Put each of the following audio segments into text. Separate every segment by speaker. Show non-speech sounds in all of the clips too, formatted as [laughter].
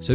Speaker 1: Se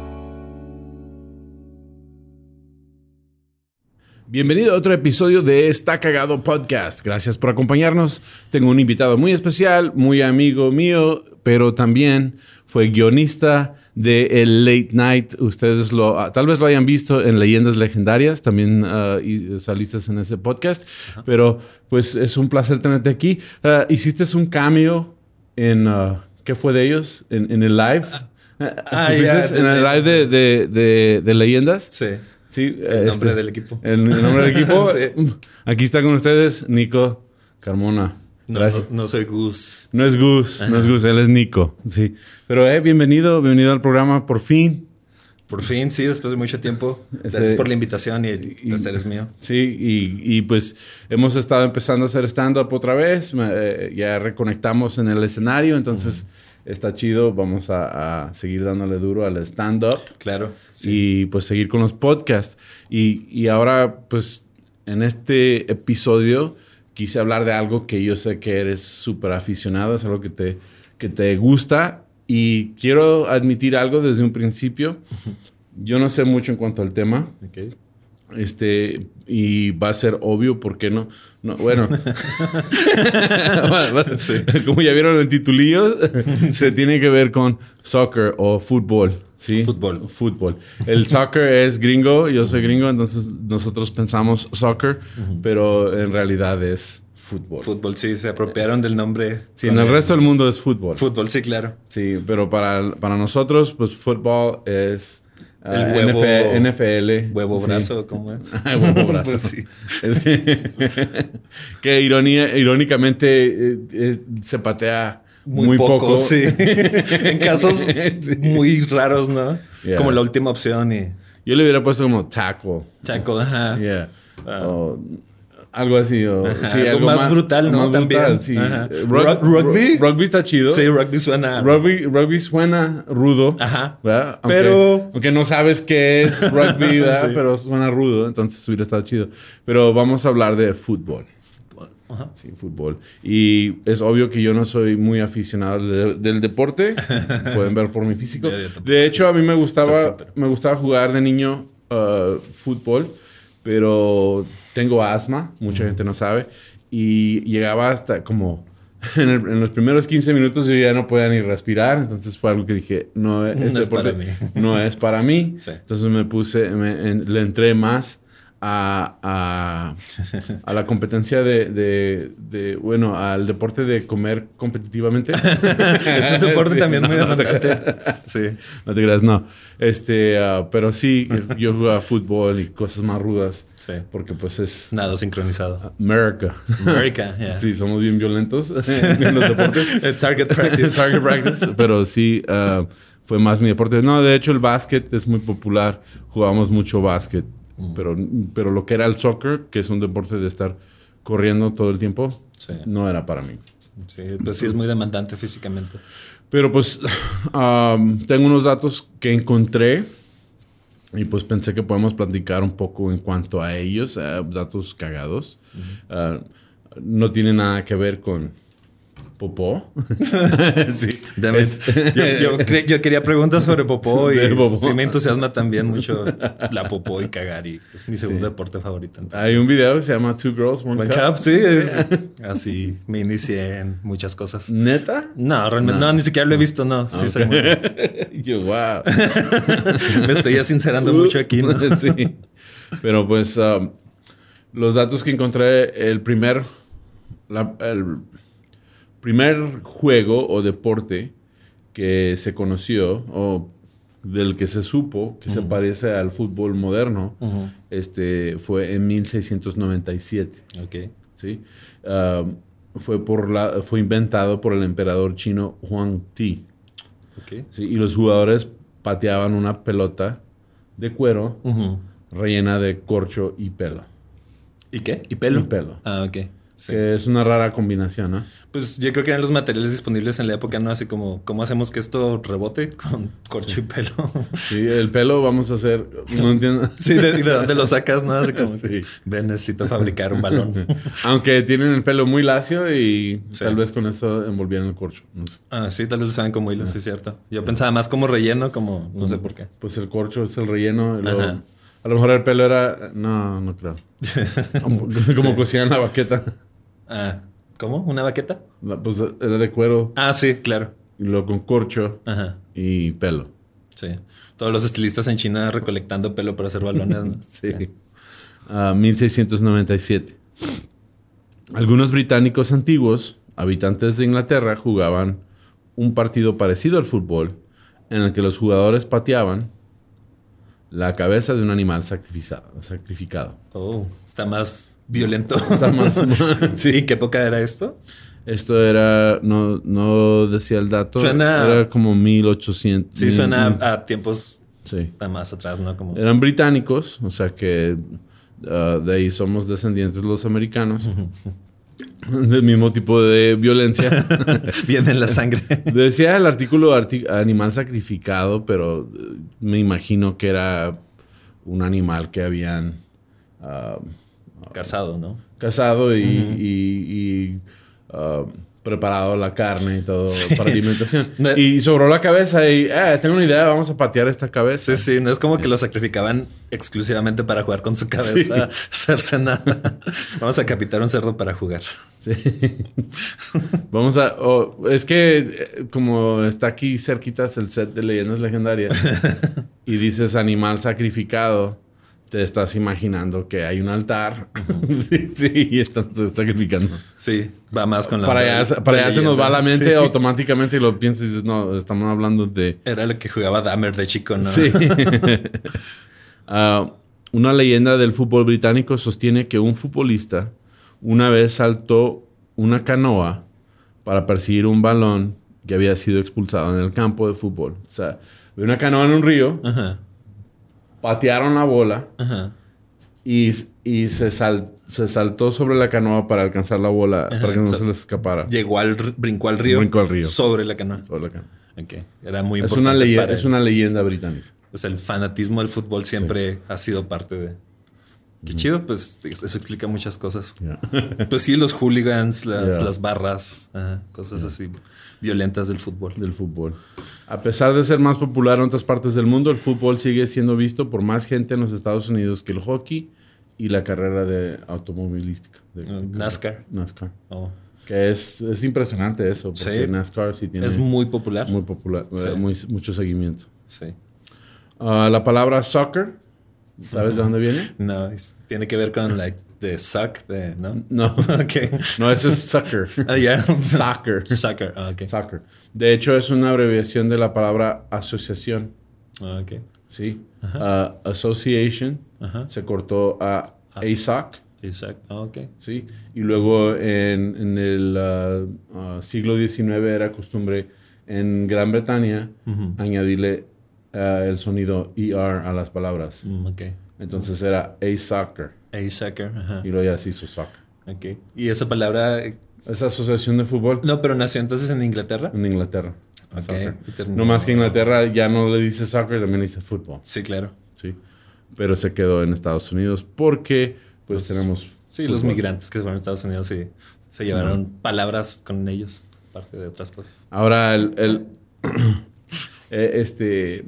Speaker 1: Bienvenido a otro episodio de Está Cagado Podcast. Gracias por acompañarnos. Tengo un invitado muy especial, muy amigo mío, pero también fue guionista de el Late Night. Ustedes lo, ah, tal vez lo hayan visto en Leyendas Legendarias, también ah, y saliste en ese podcast, pero pues es un placer tenerte aquí. Ah, hiciste un cameo en, ah, ¿qué fue de ellos? En, en el live.
Speaker 2: ah,
Speaker 1: ¿Supiste?
Speaker 2: ya,
Speaker 1: en
Speaker 2: de-
Speaker 1: el live de, de- de- de Leyendas.
Speaker 2: Sí.
Speaker 1: Sí, eh, este,
Speaker 2: El nombre del equipo.
Speaker 1: El, el nombre del equipo.
Speaker 2: [laughs] Sí.
Speaker 1: Aquí está con ustedes Nico Carmona.
Speaker 2: No,
Speaker 1: Gracias.
Speaker 2: no- no soy Gus.
Speaker 1: No es Gus, no es Gus, él es Nico. Sí. Pero eh, bienvenido, bienvenido al programa por fin.
Speaker 2: Por fin, sí, después de mucho tiempo.
Speaker 1: Este-
Speaker 2: Gracias por la invitación y el
Speaker 1: y-
Speaker 2: placer es mío.
Speaker 1: Sí, y, y, pues hemos estado empezando a hacer stand-up otra vez. Me- eh, ya reconectamos en el escenario, entonces está chido. Vamos a, a seguir dándole duro al stand-up.
Speaker 2: Claro.
Speaker 1: y pues seguir con los podcasts. Y, y ahora, pues en este episodio quise hablar de algo que yo sé que eres súper aficionado, es algo que te, que te gusta. Y quiero admitir algo desde un principio. Yo no sé mucho en cuanto al tema.
Speaker 2: Ok.
Speaker 1: Este, y va a ser obvio por qué no. no
Speaker 2: [laughs]
Speaker 1: bueno, [laughs] Va- va a ser- como ya vieron el
Speaker 2: [laughs]
Speaker 1: titulillo, se tiene que ver con soccer o fútbol. ¿sí?
Speaker 2: Fútbol.
Speaker 1: Fútbol. El soccer es gringo, yo soy gringo, entonces nosotros pensamos soccer, pero en realidad es fútbol.
Speaker 2: Fútbol, sí, se apropiaron del nombre.
Speaker 1: Sí, en el resto del mundo es fútbol.
Speaker 2: Fútbol, sí, claro.
Speaker 1: Sí, pero para, para nosotros, pues fútbol es ah,
Speaker 2: El huevo-
Speaker 1: NF- NFL.
Speaker 2: Huevo
Speaker 1: Sí. [laughs]
Speaker 2: brazo, ¿cómo es?
Speaker 1: Ay, huevo brazo.
Speaker 2: [laughs] Pues sí.
Speaker 1: [laughs] Es que, [laughs] que ironía, irónicamente eh, es- se patea muy, poco. [laughs]
Speaker 2: sí. en casos muy raros, ¿no?
Speaker 1: Yeah.
Speaker 2: Como la última opción y.
Speaker 1: Yo le hubiera puesto como tackle.
Speaker 2: Chaco, ajá.
Speaker 1: Yeah. O algo así. o-
Speaker 2: Ah. Ajá,
Speaker 1: sí,
Speaker 2: algo más brutal, ¿no? También.
Speaker 1: sí.
Speaker 2: Ajá.
Speaker 1: Rug-
Speaker 2: Rug- rugby.
Speaker 1: ru- Rugby está chido.
Speaker 2: Sí, rugby suena.
Speaker 1: Rugby, rugby suena rudo.
Speaker 2: Ajá.
Speaker 1: ¿verdad? Aunque-
Speaker 2: Pero-
Speaker 1: Aunque no sabes qué es rugby,
Speaker 2: [laughs]
Speaker 1: ¿verdad?
Speaker 2: Sí.
Speaker 1: Pero suena rudo, entonces hubiera estado chido. Pero vamos a hablar de fútbol.
Speaker 2: Ajá.
Speaker 1: Sí, fútbol. Y es obvio que yo no soy muy aficionado de- del
Speaker 2: [laughs]
Speaker 1: deporte. Pueden ver por mi físico.
Speaker 2: Ya, ya tampoco.
Speaker 1: De hecho, a mí me
Speaker 2: Sí, sí,
Speaker 1: gustaba,
Speaker 2: pero-
Speaker 1: me gustaba jugar de niño uh, fútbol, pero tengo asma, mucha gente no sabe. Y llegaba hasta como... [laughs] En, el- en los primeros 15 minutos yo ya no podía ni respirar, entonces fue algo que dije, no,
Speaker 2: No
Speaker 1: este
Speaker 2: es para
Speaker 1: deporte
Speaker 2: mí.
Speaker 1: no es para mí.
Speaker 2: Sí.
Speaker 1: Entonces me puse, me- en- le entré más a, a- a la competencia de, de- de, bueno, al deporte de comer competitivamente.
Speaker 2: Es un deporte
Speaker 1: Sí,
Speaker 2: también
Speaker 1: no,
Speaker 2: muy
Speaker 1: no te
Speaker 2: demandante. Sí.
Speaker 1: creas. No te creas, no. Este, ah, pero sí, yo jugaba fútbol y cosas más rudas,
Speaker 2: Sí.
Speaker 1: porque pues es
Speaker 2: Nada sincronizado.
Speaker 1: America.
Speaker 2: America, yeah.
Speaker 1: Ah. Sí, somos bien violentos en los deportes.
Speaker 2: [laughs] Target
Speaker 1: [laughs]
Speaker 2: practice.
Speaker 1: Target practice, pero sí ah, fue más mi deporte. No, de hecho el básquet es muy popular. Jugábamos mucho básquet,
Speaker 2: Mm.
Speaker 1: pero, pero lo que era el soccer, que es un deporte de estar corriendo todo el tiempo,
Speaker 2: Sí.
Speaker 1: no era para mí.
Speaker 2: Sí, pues sí, es muy demandante físicamente.
Speaker 1: Pero pues [sighs] am, tengo unos datos que encontré y pues pensé que podemos platicar un poco en cuanto a ellos, eh, datos cagados. Ah, no tiene nada que ver con
Speaker 2: [laughs]
Speaker 1: popó. sí.
Speaker 2: Damn it.
Speaker 1: Es-
Speaker 2: Yo, yo cre- yo quería preguntas [laughs] sobre popó y
Speaker 1: Del popó.
Speaker 2: sí me entusiasma también mucho la popó y cagar y es mi segundo deporte favorito. entonces.
Speaker 1: Hay un video que se llama Two Girls, One,
Speaker 2: One
Speaker 1: Cup.
Speaker 2: cup, sí. es- Así me inicié en muchas cosas.
Speaker 1: ¿Neta?
Speaker 2: No, realmente Mm. no, ni siquiera lo he visto, no. Sí, soy muy-
Speaker 1: [laughs] Yo, wow.
Speaker 2: me estoy ya [laughs] sincerando mucho aquí. ¿no?
Speaker 1: [laughs] Sí. Pero pues um, los datos que encontré, el primer, la- el primer juego o deporte que se conoció o del que se supo que se parece al fútbol moderno,
Speaker 2: Uh-huh.
Speaker 1: este fue en 1697.
Speaker 2: Ok.
Speaker 1: ¿sí? Ah, fue, por la, fue inventado por el emperador chino Huang Ti.
Speaker 2: Ok.
Speaker 1: ¿sí? Y los jugadores pateaban una pelota de cuero
Speaker 2: Ujú.
Speaker 1: rellena de corcho y pelo.
Speaker 2: ¿Y qué? ¿Y pelo?
Speaker 1: Y pelo.
Speaker 2: Ah, ok. Sí.
Speaker 1: Que es una rara combinación, ¿no?
Speaker 2: Pues yo creo que eran los materiales disponibles en la época, ¿no? Así como, ¿cómo hacemos que esto rebote con corcho y pelo?
Speaker 1: Sí, el pelo vamos a
Speaker 2: [laughs]
Speaker 1: hacer. No entiendo.
Speaker 2: Sí, de, de dónde lo sacas, ¿no?
Speaker 1: [laughs]
Speaker 2: Así como,
Speaker 1: Sí.
Speaker 2: ven, necesito fabricar
Speaker 1: [laughs]
Speaker 2: un balón.
Speaker 1: Aunque tienen el pelo muy lacio y
Speaker 2: Sí.
Speaker 1: tal vez con eso envolvían el corcho. No sé.
Speaker 2: Ah, sí, tal vez lo usaban como hilo, sí, es cierto. Yo pensaba más como relleno, como, no sé por qué.
Speaker 1: Pues el corcho es el relleno. y luego-
Speaker 2: Ajá.
Speaker 1: a lo mejor el pelo era. No, no
Speaker 2: [laughs]
Speaker 1: creo. Como, como cocían la baqueta.
Speaker 2: Ah, ¿cómo? ¿Una baqueta?
Speaker 1: La- Pues era de cuero
Speaker 2: Ah, sí, claro.
Speaker 1: y luego con corcho
Speaker 2: Ajá.
Speaker 1: y pelo.
Speaker 2: Sí. Todos los estilistas en China recolectando pelo para hacer balones. ¿no?
Speaker 1: [laughs] Sí. Ah, 1697. Algunos británicos antiguos, habitantes de Inglaterra, jugaban un partido parecido al fútbol, en el que los jugadores pateaban la cabeza de un animal sacrificado. sacrificado.
Speaker 2: Oh, está más violento.
Speaker 1: Está
Speaker 2: [laughs]
Speaker 1: más- [laughs]
Speaker 2: sí, ¿qué época era esto?
Speaker 1: Esto era, no, no decía el dato,
Speaker 2: Suena-
Speaker 1: era como 1800.
Speaker 2: Sí,
Speaker 1: mil-
Speaker 2: suena
Speaker 1: mil-
Speaker 2: a, a tiempos
Speaker 1: Sí.
Speaker 2: más atrás, ¿no? Como...
Speaker 1: Eran británicos, o sea que ah, de ahí somos descendientes los americanos. Del mismo tipo de violencia.
Speaker 2: Viene en
Speaker 1: [laughs]
Speaker 2: la sangre.
Speaker 1: Decía el artículo arti- animal sacrificado, pero eh, me imagino que era un animal que habían ah,
Speaker 2: Casado, ¿no?
Speaker 1: cazado y, y- y, ah, preparado la carne y todo para alimentación.
Speaker 2: Me-
Speaker 1: Y sobró la cabeza y, "Ah, tengo una idea, vamos a patear esta cabeza.
Speaker 2: Sí, sí, no es como que lo sacrificaban exclusivamente para jugar con su cabeza, [laughs] hacerse nada. Vamos a capitar un cerdo para jugar.
Speaker 1: Sí. [laughs] Vamos a. o- es que eh, como está aquí cerquita el set de leyendas
Speaker 2: [laughs]
Speaker 1: legendarias y dices animal sacrificado, te estás imaginando que hay un altar. sí, [laughs] sí, y están se- sacrificando.
Speaker 2: Sí, va más con la.
Speaker 1: Para
Speaker 2: onda
Speaker 1: allá,
Speaker 2: de-
Speaker 1: para
Speaker 2: de
Speaker 1: allá se nos va la
Speaker 2: leyendas,
Speaker 1: mente
Speaker 2: sí.
Speaker 1: automáticamente y lo piensas y dices, no, estamos hablando de.
Speaker 2: Era lo que jugaba Dahmer de chico, ¿no?
Speaker 1: Sí. [laughs] Ah, una leyenda del fútbol británico sostiene que un futbolista una vez saltó una canoa para perseguir un balón que había sido expulsado en el campo de fútbol. O sea, había una canoa en un río,
Speaker 2: Ajá,
Speaker 1: patearon la bola
Speaker 2: ajá.
Speaker 1: y, y se, sal- se saltó sobre la canoa para alcanzar la bola, para que no
Speaker 2: o sea,
Speaker 1: se les escapara.
Speaker 2: Llegó al r- brincó al río.
Speaker 1: Brincó al río.
Speaker 2: Sobre la canoa.
Speaker 1: Sobre la canoa.
Speaker 2: Ok. Era muy
Speaker 1: Es
Speaker 2: importante.
Speaker 1: una, leye-
Speaker 2: para
Speaker 1: es
Speaker 2: él.
Speaker 1: una leyenda británica.
Speaker 2: O sea, el fanatismo del fútbol siempre ha sido parte de. Qué chido, pues es- eso explica muchas cosas. Pues sí, los hooligans, las,
Speaker 1: Yeah.
Speaker 2: las barras, ajá, cosas así violentas del fútbol.
Speaker 1: del fútbol. A pesar de ser más popular en otras partes del mundo, el fútbol sigue siendo visto por más gente en los Estados Unidos que el hockey y la carrera de automovilística. de-
Speaker 2: Eh, NASCAR.
Speaker 1: NASCAR.
Speaker 2: Oh.
Speaker 1: Que es, es impresionante eso, porque
Speaker 2: Sí.
Speaker 1: NASCAR sí tiene
Speaker 2: Es muy popular.
Speaker 1: muy popular, eh,
Speaker 2: Sí.
Speaker 1: muy- mucho seguimiento.
Speaker 2: Sí.
Speaker 1: Ah, la palabra soccer, ¿sabes de dónde viene?
Speaker 2: No, es- tiene que ver con like de suck, de, ¿no?
Speaker 1: No,
Speaker 2: [laughs]
Speaker 1: [laughs]
Speaker 2: ok.
Speaker 1: no, eso es
Speaker 2: [laughs]
Speaker 1: soccer.
Speaker 2: Ah, ya.
Speaker 1: Soccer.
Speaker 2: Soccer. Ah, ok.
Speaker 1: Soccer. De hecho, es una abreviación de la palabra asociación.
Speaker 2: Ah, ok.
Speaker 1: Sí. Ah, association.
Speaker 2: Ajá.
Speaker 1: Se cortó a
Speaker 2: As-
Speaker 1: ASOC.
Speaker 2: Exacto. Ah, ok.
Speaker 1: Sí. Y luego en, en el ah, ah, siglo XIX era costumbre en Gran Bretaña
Speaker 2: Mm,
Speaker 1: añadirle ah, el sonido ER a las palabras.
Speaker 2: Mm, ok.
Speaker 1: Entonces era ASOCcer.
Speaker 2: A soccer. Ajá.
Speaker 1: Y luego ya se hizo soccer.
Speaker 2: Ok. Y esa palabra. eh,
Speaker 1: Esa asociación de fútbol
Speaker 2: No, pero nació entonces en Inglaterra.
Speaker 1: en Inglaterra.
Speaker 2: Ok.
Speaker 1: Soccer.
Speaker 2: Y terminó-
Speaker 1: No más que Inglaterra ya no le dice soccer, también le dice fútbol.
Speaker 2: Sí, claro.
Speaker 1: Sí. Pero se quedó en Estados Unidos porque pues tenemos...
Speaker 2: Sí, los
Speaker 1: fútbol.
Speaker 2: migrantes que se fueron a Estados Unidos sí, se llevaron palabras con ellos, parte de otras cosas.
Speaker 1: Ahora, el, el- [clears throat] eh, este,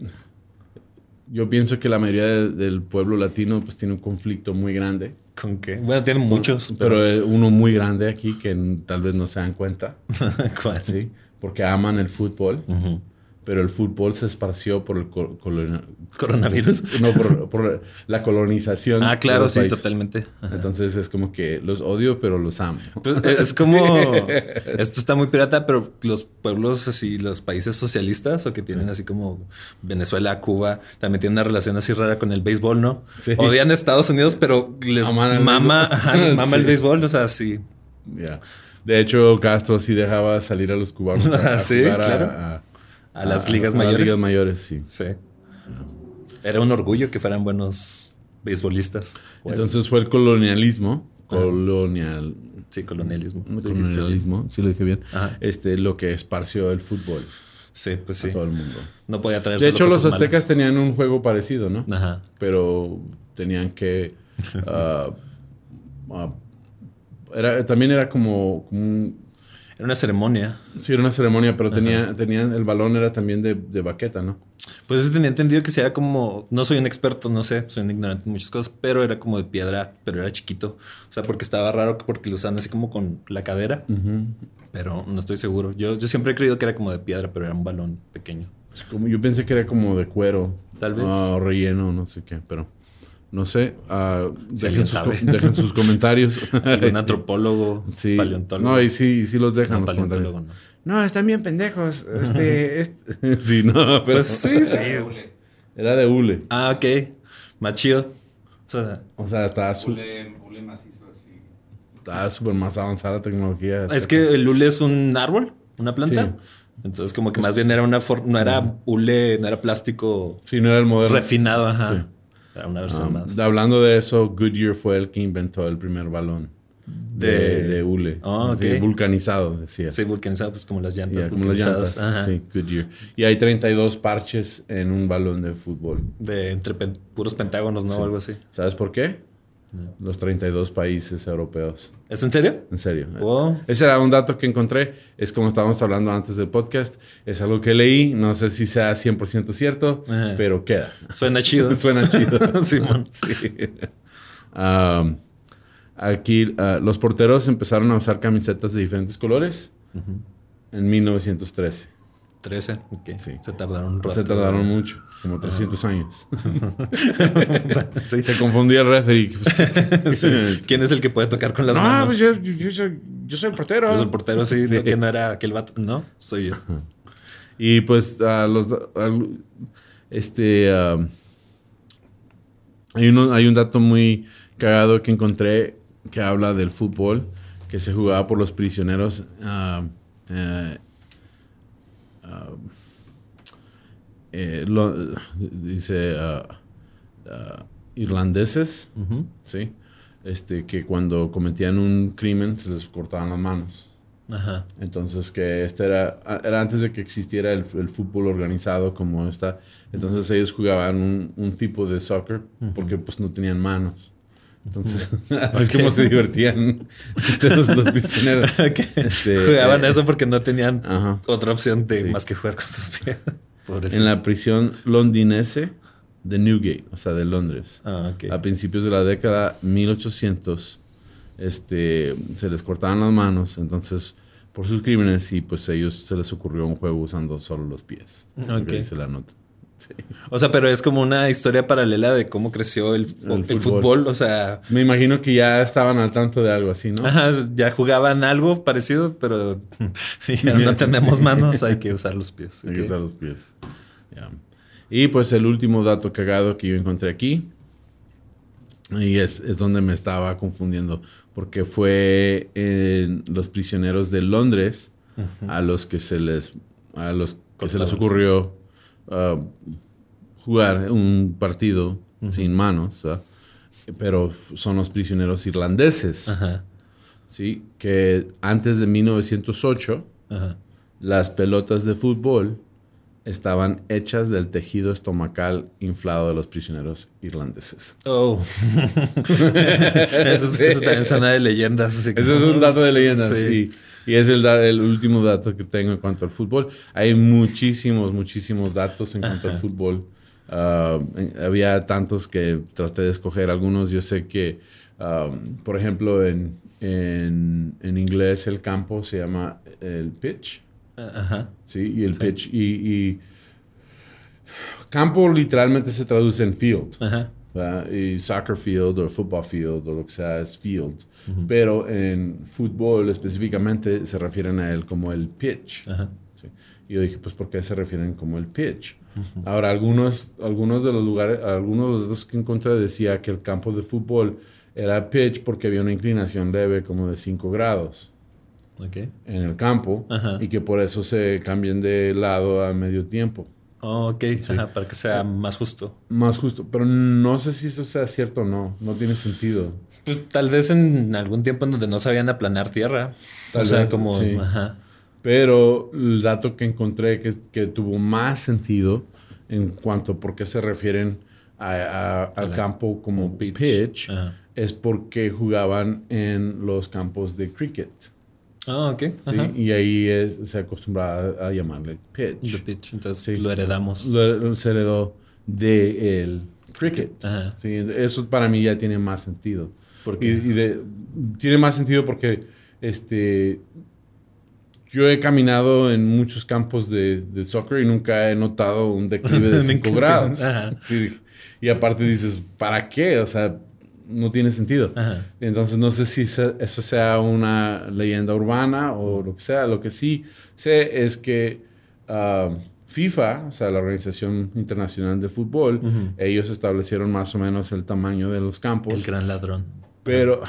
Speaker 1: yo pienso que la mayoría de- del pueblo latino pues tiene un conflicto muy grande,
Speaker 2: ¿Con qué? Bueno, tienen muchos, pero,
Speaker 1: pero eh, uno muy grande aquí que n- tal vez no se dan cuenta,
Speaker 2: [laughs] ¿cuál?
Speaker 1: ¿sí? Porque aman el fútbol,
Speaker 2: Ujú.
Speaker 1: pero el fútbol se esparció por el cor- colonia-
Speaker 2: ¿Coronavirus?
Speaker 1: no, por, por la colonización.
Speaker 2: Ah,
Speaker 1: de
Speaker 2: claro,
Speaker 1: los
Speaker 2: sí,
Speaker 1: países.
Speaker 2: totalmente. Ajá.
Speaker 1: Entonces es como que los odio, pero los amo.
Speaker 2: Pues,
Speaker 1: [laughs]
Speaker 2: eh, es como, esto está muy pirata, pero los pueblos así, los países socialistas o que tienen así como Venezuela, Cuba, también tienen una relación así rara con el béisbol, ¿no?
Speaker 1: Sí.
Speaker 2: Odian a Estados Unidos, pero les
Speaker 1: Aman al
Speaker 2: mama,
Speaker 1: béisbol.
Speaker 2: ajá, les
Speaker 1: [laughs]
Speaker 2: mama el
Speaker 1: Sí.
Speaker 2: béisbol, o sea, sí.
Speaker 1: Ya. De hecho, Castro sí dejaba salir a los cubanos
Speaker 2: [laughs]
Speaker 1: a, a
Speaker 2: ¿Ah, Sí,
Speaker 1: jugar a-
Speaker 2: claro.
Speaker 1: a-
Speaker 2: A las ligas mayores.
Speaker 1: Ah, ligas mayores, sí.
Speaker 2: Sí. Era un orgullo que fueran buenos beisbolistas. pues.
Speaker 1: Entonces fue el colonialismo, colonial,
Speaker 2: Sí, colonialismo. Lo dijiste Ah. bien.
Speaker 1: colonialismo, si lo dije bien,
Speaker 2: Ajá.
Speaker 1: este, lo que esparció el fútbol
Speaker 2: Sí, pues sí.
Speaker 1: a todo el mundo.
Speaker 2: No podía traer
Speaker 1: De
Speaker 2: solo
Speaker 1: hecho, los
Speaker 2: cosas
Speaker 1: aztecas
Speaker 2: malas.
Speaker 1: tenían un juego parecido, ¿no?
Speaker 2: Ajá.
Speaker 1: Pero tenían
Speaker 2: [laughs]
Speaker 1: que... ah, ah, era, también era como, como un-
Speaker 2: Era una ceremonia.
Speaker 1: Sí, era una ceremonia, pero tenía, tenían... El balón era también de, de baqueta, ¿no?
Speaker 2: Pues tenía entendido que si era como, no soy un experto, no sé, soy un ignorante en muchas cosas, pero era como de piedra, pero era chiquito. O sea, porque estaba raro porque lo usaban así como con la cadera, pero no estoy seguro. Yo, yo siempre he creído que era como de piedra, pero era un balón pequeño.
Speaker 1: Es como- yo pensé que era como de cuero.
Speaker 2: Tal vez.
Speaker 1: Ah, relleno, no sé qué, pero... No sé. ah,
Speaker 2: Si
Speaker 1: dejen,
Speaker 2: alguien
Speaker 1: sus,
Speaker 2: sabe.
Speaker 1: co- dejen
Speaker 2: [laughs]
Speaker 1: sus comentarios. [laughs] [laughs]
Speaker 2: Algún
Speaker 1: Sí.
Speaker 2: antropólogo,
Speaker 1: Sí.
Speaker 2: paleontólogo.
Speaker 1: No, y sí, y sí los
Speaker 2: No,
Speaker 1: dejan los
Speaker 2: paleontólogo,
Speaker 1: comentarios.
Speaker 2: no.
Speaker 1: No, están bien pendejos. [laughs] Este, este- Sí, no, pero
Speaker 2: Pues [laughs] sí, sí.
Speaker 3: Hule,
Speaker 1: era de hule.
Speaker 2: Ah, ok. Más chido. O sea,
Speaker 1: O sea, estaba su-
Speaker 3: hule- hule macizo así.
Speaker 1: estaba súper más avanzada la tecnología.
Speaker 2: es que el hule es un árbol, una planta. Entonces, como que más bien era una forma, no era hule, no era plástico
Speaker 1: Sí, no era el modelo.
Speaker 2: refinado, ajá.
Speaker 1: Sí.
Speaker 2: Era una versión más.
Speaker 1: hablando de eso, Goodyear fue el que inventó el primer balón de,
Speaker 2: De-
Speaker 1: de hule.
Speaker 2: Ah,
Speaker 1: Así,
Speaker 2: ok.
Speaker 1: vulcanizado, decía.
Speaker 2: Sí, vulcanizado, pues como las
Speaker 1: Y
Speaker 2: llantas
Speaker 1: era como las
Speaker 2: vulcanizadas.
Speaker 1: llantas.
Speaker 2: ajá.
Speaker 1: Sí, Goodyear. Y hay 32 parches en un balón de fútbol.
Speaker 2: De entre pen- puros pentágonos, ¿no? O algo así.
Speaker 1: ¿Sabes por qué? Los 32 países europeos.
Speaker 2: ¿Es en serio? Oh,
Speaker 1: En serio.
Speaker 2: Wow.
Speaker 1: Ese era un dato que encontré. Es como estábamos hablando antes del podcast. Es algo que leí. No sé si sea 100% cierto,
Speaker 2: Ajá.
Speaker 1: pero queda.
Speaker 2: Suena
Speaker 1: [laughs]
Speaker 2: chido.
Speaker 1: Suena chido.
Speaker 2: [laughs] Simón.
Speaker 1: Um, aquí uh, los porteros empezaron a usar camisetas de diferentes colores en 1913.
Speaker 2: 13. ok.
Speaker 1: Sí.
Speaker 2: Se tardaron un rato.
Speaker 1: Se tardaron mucho, como
Speaker 2: Ah.
Speaker 1: 300 años.
Speaker 2: [laughs] Sí.
Speaker 1: Se confundía el referee. Pues, [laughs]
Speaker 2: Sí. ¿Quién es el que puede tocar con las
Speaker 1: no,
Speaker 2: manos?
Speaker 1: pues yo, yo- yo soy, yo soy el portero.
Speaker 2: Pues el portero, sí,
Speaker 1: Sí.
Speaker 2: no, que no era aquel vato. No, soy yo.
Speaker 1: Y pues a los al- este am, hay uno- hay un dato muy cagado que encontré que habla del fútbol que se jugaba por los prisioneros am, eh, am, eh, lo- dice ah, ah, irlandeses
Speaker 2: Ujú.
Speaker 1: sí este que cuando cometían un crimen se les cortaban las manos [laughs]
Speaker 2: Ajá.
Speaker 1: entonces, que este era, a- era antes de que existiera el, el fútbol organizado como está. Entonces, ellos jugaban un, un tipo de soccer porque pues no tenían manos. Entonces, [laughs] así es
Speaker 2: Ok.
Speaker 1: como se divertían este, los, los prisioneros.
Speaker 2: [laughs] Ok.
Speaker 1: Este,
Speaker 2: Jugaban
Speaker 1: eh,
Speaker 2: eso porque no tenían
Speaker 1: Ajá.
Speaker 2: otra opción de
Speaker 1: Sí.
Speaker 2: más que jugar con sus pies. [laughs] Pobrecito.
Speaker 1: En la prisión londinense de Newgate, o sea, de Londres.
Speaker 2: Ah, ok.
Speaker 1: A principios de la década 1800, este, se les cortaban las manos, entonces, por sus crímenes, y pues ellos se les ocurrió un juego usando solo los pies.
Speaker 2: Ok.
Speaker 1: Lo que dice la nota.
Speaker 2: O sea, pero es como una historia paralela de cómo creció el, fu-
Speaker 1: El
Speaker 2: el fútbol.
Speaker 1: fútbol,
Speaker 2: O sea,
Speaker 1: Me imagino que ya estaban al tanto de algo así, ¿no?
Speaker 2: ajá, ya jugaban algo parecido,
Speaker 1: [laughs]
Speaker 2: pero ya no tenemos manos, hay que usar los pies.
Speaker 1: Hay que
Speaker 2: Ok.
Speaker 1: usar los pies. Ya. Y pues el último dato cagado que yo encontré aquí. Y es, es donde me estaba confundiendo. Porque fue en los prisioneros de Londres a los que se les. a los que se les
Speaker 2: Cortados.
Speaker 1: ocurrió ah, jugar un partido sin manos. ¿verdad? Pero f- son los prisioneros irlandeses.
Speaker 2: Ajá,
Speaker 1: ¿sí? Que antes de 1908
Speaker 2: ajá.
Speaker 1: las pelotas de fútbol estaban hechas del tejido estomacal inflado de los prisioneros irlandeses.
Speaker 2: Oh. [laughs]
Speaker 1: [laughs]
Speaker 2: eso, eso también suena de leyendas. así que-
Speaker 1: Ese es un dato de leyenda, sí. Y es el, da- el último dato que tengo en cuanto al fútbol. Hay muchísimos, muchísimos datos en cuanto al fútbol. Ah, en- había tantos que traté de escoger algunos. Yo sé que, ah, por ejemplo, en, en- en inglés el campo se llama el pitch.
Speaker 2: Ajá.
Speaker 1: Sí, y el pitch. Y, y campo literalmente se traduce en field.
Speaker 2: Ajá.
Speaker 1: ¿verdad? Y soccer field o football field o lo que sea es field. Pero en fútbol específicamente se refieren a él como el pitch.
Speaker 2: Ajá.
Speaker 1: Sí. Y yo dije, pues, ¿por qué se refieren como el pitch? Ahora, algunos, algunos de los lugares, algunos de los datos que encontré decía que el campo de fútbol era pitch porque había una inclinación leve como de 5 grados
Speaker 2: Ok.
Speaker 1: en el campo
Speaker 2: Ajá.
Speaker 1: y que por eso se cambien de lado a medio tiempo.
Speaker 2: Oh, ok, Ajá, para que sea más justo.
Speaker 1: Más justo, pero no sé si eso sea cierto o no. No tiene sentido.
Speaker 2: Pues tal vez en algún tiempo en donde no sabían aplanar tierra.
Speaker 1: Tal
Speaker 2: o sea,
Speaker 1: vez,
Speaker 2: como.
Speaker 1: sí.
Speaker 2: Ajá.
Speaker 1: Pero el dato que encontré que, que tuvo más sentido en cuanto a por qué se refieren a- a- al
Speaker 2: la-
Speaker 1: campo como pitch, Ah.
Speaker 2: Ajá.
Speaker 1: es porque jugaban en los campos de cricket.
Speaker 2: Ah, ok.
Speaker 1: ¿sí?
Speaker 2: Ajá.
Speaker 1: Y ahí es- se acostumbraba a llamarle pitch.
Speaker 2: The pitch. Entonces
Speaker 1: Sí.
Speaker 2: lo heredamos.
Speaker 1: Lo- se heredó de el cricket.
Speaker 2: Ajá.
Speaker 1: Sí, eso para mí ya tiene más sentido.
Speaker 2: Porque.
Speaker 1: Y, y de- tiene más sentido porque este, yo he caminado en muchos campos de, de soccer y nunca he notado un declive de
Speaker 2: [laughs] Me
Speaker 1: 5
Speaker 2: encanta.
Speaker 1: grados.
Speaker 2: Ajá.
Speaker 1: Sí. Y aparte dices, ¿para qué? O sea, no tiene sentido.
Speaker 2: Ajá.
Speaker 1: Entonces no sé si se- eso sea una leyenda urbana o lo que sea. Lo que sí sé es que ah, FIFA, o sea, la Organización Internacional de Fútbol,
Speaker 2: Ujú.
Speaker 1: ellos establecieron más o menos el tamaño de los campos.
Speaker 2: El gran ladrón.
Speaker 1: Pero,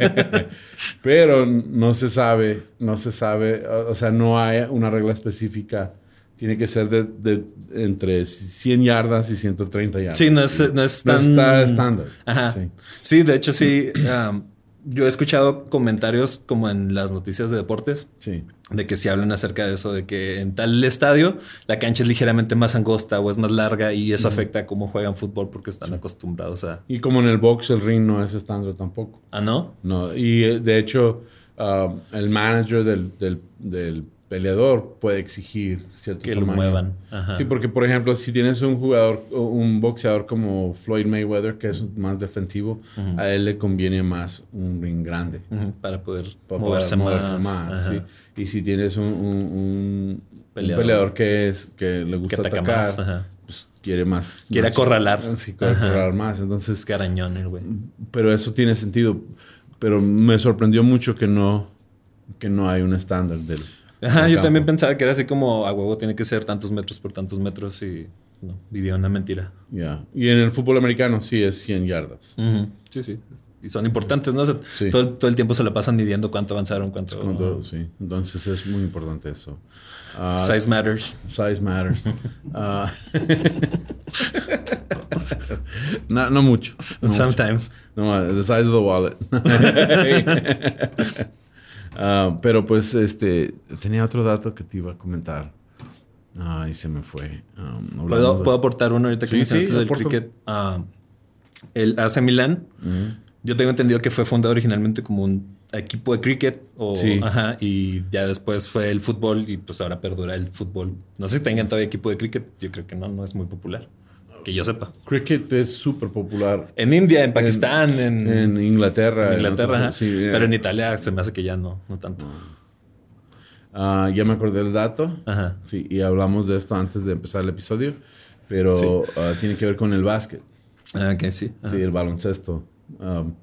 Speaker 1: [laughs] pero no se sabe, no se sabe, o o sea, no hay una regla específica. Tiene que ser de, de entre 100 yardas y 130 yardas.
Speaker 2: Sí, no es, no es
Speaker 1: No
Speaker 2: tan.
Speaker 1: está estándar.
Speaker 2: Ajá.
Speaker 1: Sí.
Speaker 2: Sí. de hecho, sí. am, yo he escuchado comentarios como en las noticias de deportes
Speaker 1: Sí.
Speaker 2: de que si hablan acerca de eso, de que en tal estadio la cancha es ligeramente más angosta o es más larga y eso afecta a cómo juegan fútbol porque están acostumbrados a.
Speaker 1: Y como en el box, el ring no es estándar tampoco.
Speaker 2: Ah, no.
Speaker 1: No, y eh, de hecho, um, el manager del, del- del peleador puede exigir cierto
Speaker 2: Que lo
Speaker 1: tamaño.
Speaker 2: muevan. Ajá.
Speaker 1: Sí, porque por ejemplo, si tienes un jugador, o un boxeador como Floyd Mayweather, que es más defensivo, a él le conviene más un ring grande.
Speaker 2: Ujú, Para poder
Speaker 1: para
Speaker 2: moverse,
Speaker 1: poder
Speaker 2: más. Ajá.
Speaker 1: sí. Y si tienes un, un- un- un peleador.
Speaker 2: Peleador.
Speaker 1: que es que le
Speaker 2: Que
Speaker 1: gusta
Speaker 2: ataca
Speaker 1: atacar,
Speaker 2: más. Ajá.
Speaker 1: pues, quiere más.
Speaker 2: Quiere
Speaker 1: más-
Speaker 2: acorralar.
Speaker 1: Sí, quiere acorralar más. Entonces,
Speaker 2: Es carañón el güey.
Speaker 1: pero eso tiene sentido. Pero me sorprendió mucho que no, que no hay un estándar del.
Speaker 2: Ajá,
Speaker 1: del
Speaker 2: yo
Speaker 1: campo.
Speaker 2: también pensaba que era así como a huevo tiene que ser tantos metros por tantos metros y no, vivía una mentira.
Speaker 1: Ya. Y en el fútbol americano sí es 100 yardas.
Speaker 2: Sí, sí. Y son importantes, ¿no? O sea,
Speaker 1: Sí.
Speaker 2: todo, el- todo el tiempo se la pasan midiendo cuánto avanzaron, cuánto.
Speaker 1: Cuando- sí. Entonces es muy importante eso. Ah,
Speaker 2: Size matters.
Speaker 1: size matters. Ah, [laughs] no, no mucho. [laughs] No mucho.
Speaker 2: Sometimes.
Speaker 1: No, eh, the size of the wallet. [laughs] Ah, pero pues, este, tenía otro dato que te iba a comentar. Ay, se me fue. Ah, hablamos
Speaker 2: ¿Puedo,
Speaker 1: de-
Speaker 2: puedo aportar uno ahorita que
Speaker 1: Sí,
Speaker 2: me mencionaste
Speaker 1: sí,
Speaker 2: lo del
Speaker 1: aporta.
Speaker 2: cricket? Ah, el AC Milán,
Speaker 1: Mm.
Speaker 2: yo tengo entendido que fue fundado originalmente como un equipo de cricket o
Speaker 1: Sí.
Speaker 2: ajá, y ya después fue el fútbol y pues ahora perdura el fútbol. No sé si tengan todavía equipo de cricket, yo creo que no, no es muy popular, que yo sepa.
Speaker 1: Cricket es súper popular
Speaker 2: En India, en Pakistán, en,
Speaker 1: en Inglaterra.
Speaker 2: en
Speaker 1: en
Speaker 2: Inglaterra,
Speaker 1: otros-
Speaker 2: ajá.
Speaker 1: sí, eh,
Speaker 2: pero en Italia se me hace que ya no, no tanto.
Speaker 1: ah, ya me acordé del dato.
Speaker 2: Ajá.
Speaker 1: Sí, y hablamos de esto antes de empezar el episodio. Pero
Speaker 2: Sí.
Speaker 1: ah, tiene que ver con el básquet.
Speaker 2: Ah, ok, sí. ajá.
Speaker 1: Sí, el baloncesto. Um,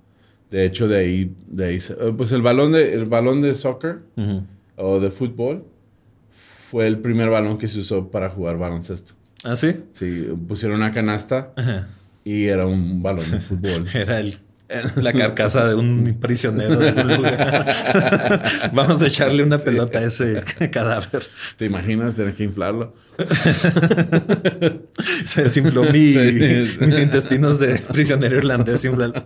Speaker 1: de hecho, de ahí, de ahí se- eh, pues el balón de, el balón de soccer
Speaker 2: Ujú.
Speaker 1: o de fútbol fue el primer balón que se usó para jugar baloncesto.
Speaker 2: Ah, sí.
Speaker 1: Sí, pusieron una canasta
Speaker 2: Ajá.
Speaker 1: y era un balón de
Speaker 2: [laughs]
Speaker 1: fútbol.
Speaker 2: Era el- la carcasa de un prisionero de algún [laughs] lugar. Vamos a echarle una pelota a ese cadáver.
Speaker 1: ¿Te imaginas tener que inflarlo?
Speaker 2: [laughs] Se desinfló mi-
Speaker 1: Sí.
Speaker 2: mis intestinos de prisionero irlandés. infla-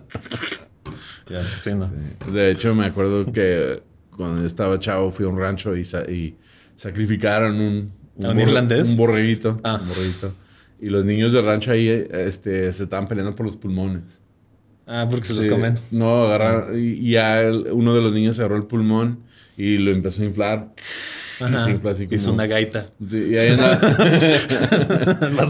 Speaker 2: Ya, sí, no.
Speaker 1: De hecho, me acuerdo que cuando yo estaba chavo fui a un rancho y, sa- y sacrificaron un...
Speaker 2: ¿A un
Speaker 1: borre-
Speaker 2: irlandés?
Speaker 1: Un borreguito.
Speaker 2: Ah.
Speaker 1: Un borreguito. Y los niños del rancho ahí eh, este, se estaban peleando por los pulmones.
Speaker 2: Ah, porque se los
Speaker 1: Sí.
Speaker 2: comen.
Speaker 1: No, agarraron. Y ya el- uno de los niños agarró el pulmón y lo empezó a inflar.
Speaker 2: Ajá.
Speaker 1: se infla así como-
Speaker 2: Hizo una gaita.
Speaker 1: Sí, y ahí
Speaker 2: [laughs]
Speaker 1: andaba-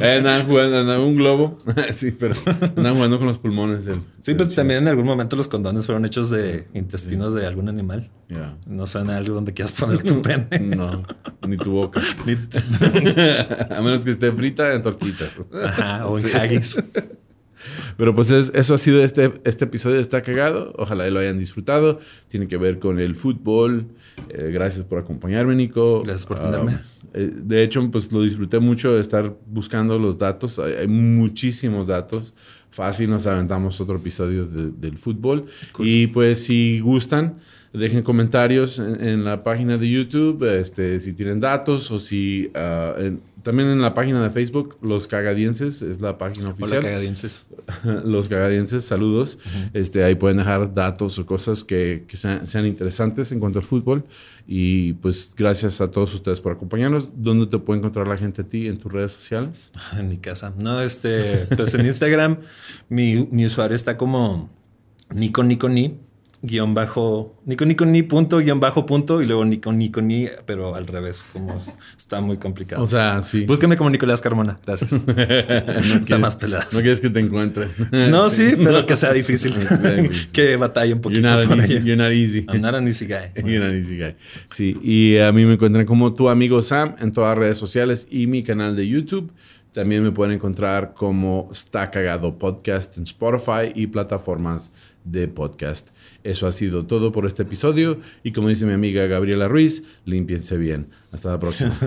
Speaker 1: ahí andaban jugando, andaba un globo. [laughs] sí, pero andaban jugando con los pulmones. el-
Speaker 2: Sí,
Speaker 1: el
Speaker 2: pues
Speaker 1: chico.
Speaker 2: también en algún momento los condones fueron hechos de intestinos de algún animal.
Speaker 1: Ya.
Speaker 2: No suena algo donde quieras poner tu pene.
Speaker 1: No, ni tu boca.
Speaker 2: Ni-
Speaker 1: [laughs] A menos que esté frita en tortitas.
Speaker 2: Ajá, o en haggis.
Speaker 1: Pero pues es- eso ha sido este, este episodio. Está cagado. Ojalá y lo hayan disfrutado. Tiene que ver con el fútbol. Eh, gracias por acompañarme, Nico.
Speaker 2: Gracias por
Speaker 1: Ah,
Speaker 2: tenerme.
Speaker 1: eh, de hecho, pues lo disfruté mucho de estar buscando los datos. Hay, hay muchísimos datos. Fácil, nos aventamos otro episodio de- del fútbol. Y pues si gustan, dejen comentarios en, en la página de YouTube. Este, si tienen datos o si ah, en- También en la página de Facebook, Los Cagadienses, es la página
Speaker 2: Hola,
Speaker 1: oficial.
Speaker 2: cagadienses.
Speaker 1: [laughs] los cagadienses, saludos. este, ahí pueden dejar datos o cosas que, que sean, sean interesantes en cuanto al fútbol. Y pues gracias a todos ustedes por acompañarnos. ¿Dónde te puede encontrar la gente a ti en tus redes sociales?
Speaker 2: [laughs] En mi casa. No, este, pues en Instagram mi, mi usuario está como Nico Nico Ni, guión bajo, Nico Nico Ni punto, guión bajo punto, y luego Nico Nico Ni, pero al revés, como es- está muy complicado.
Speaker 1: O sea, sí.
Speaker 2: Búscame como Nicolás Carmona,
Speaker 1: [laughs]
Speaker 2: gracias. está más pelada.
Speaker 1: no quieres que te encuentren.
Speaker 2: No, sí, pero que sea difícil.
Speaker 1: Exacto, sí.
Speaker 2: [laughs] que batalla un
Speaker 1: [laughs] You're
Speaker 2: poquito
Speaker 1: not
Speaker 2: [laughs] por
Speaker 1: an easy.
Speaker 2: ello.
Speaker 1: You're not easy.
Speaker 2: I'm not an easy guy.
Speaker 1: You're not an easy guy. Sí, y eh, a mí me encuentran como tu amigo Sam en todas las redes sociales y mi canal de YouTube. También me pueden encontrar como Está Cagado Podcast en Spotify y plataformas de podcast. Eso ha sido todo por este episodio y como dice mi amiga Gabriela Ruiz, límpiense bien. Hasta la próxima.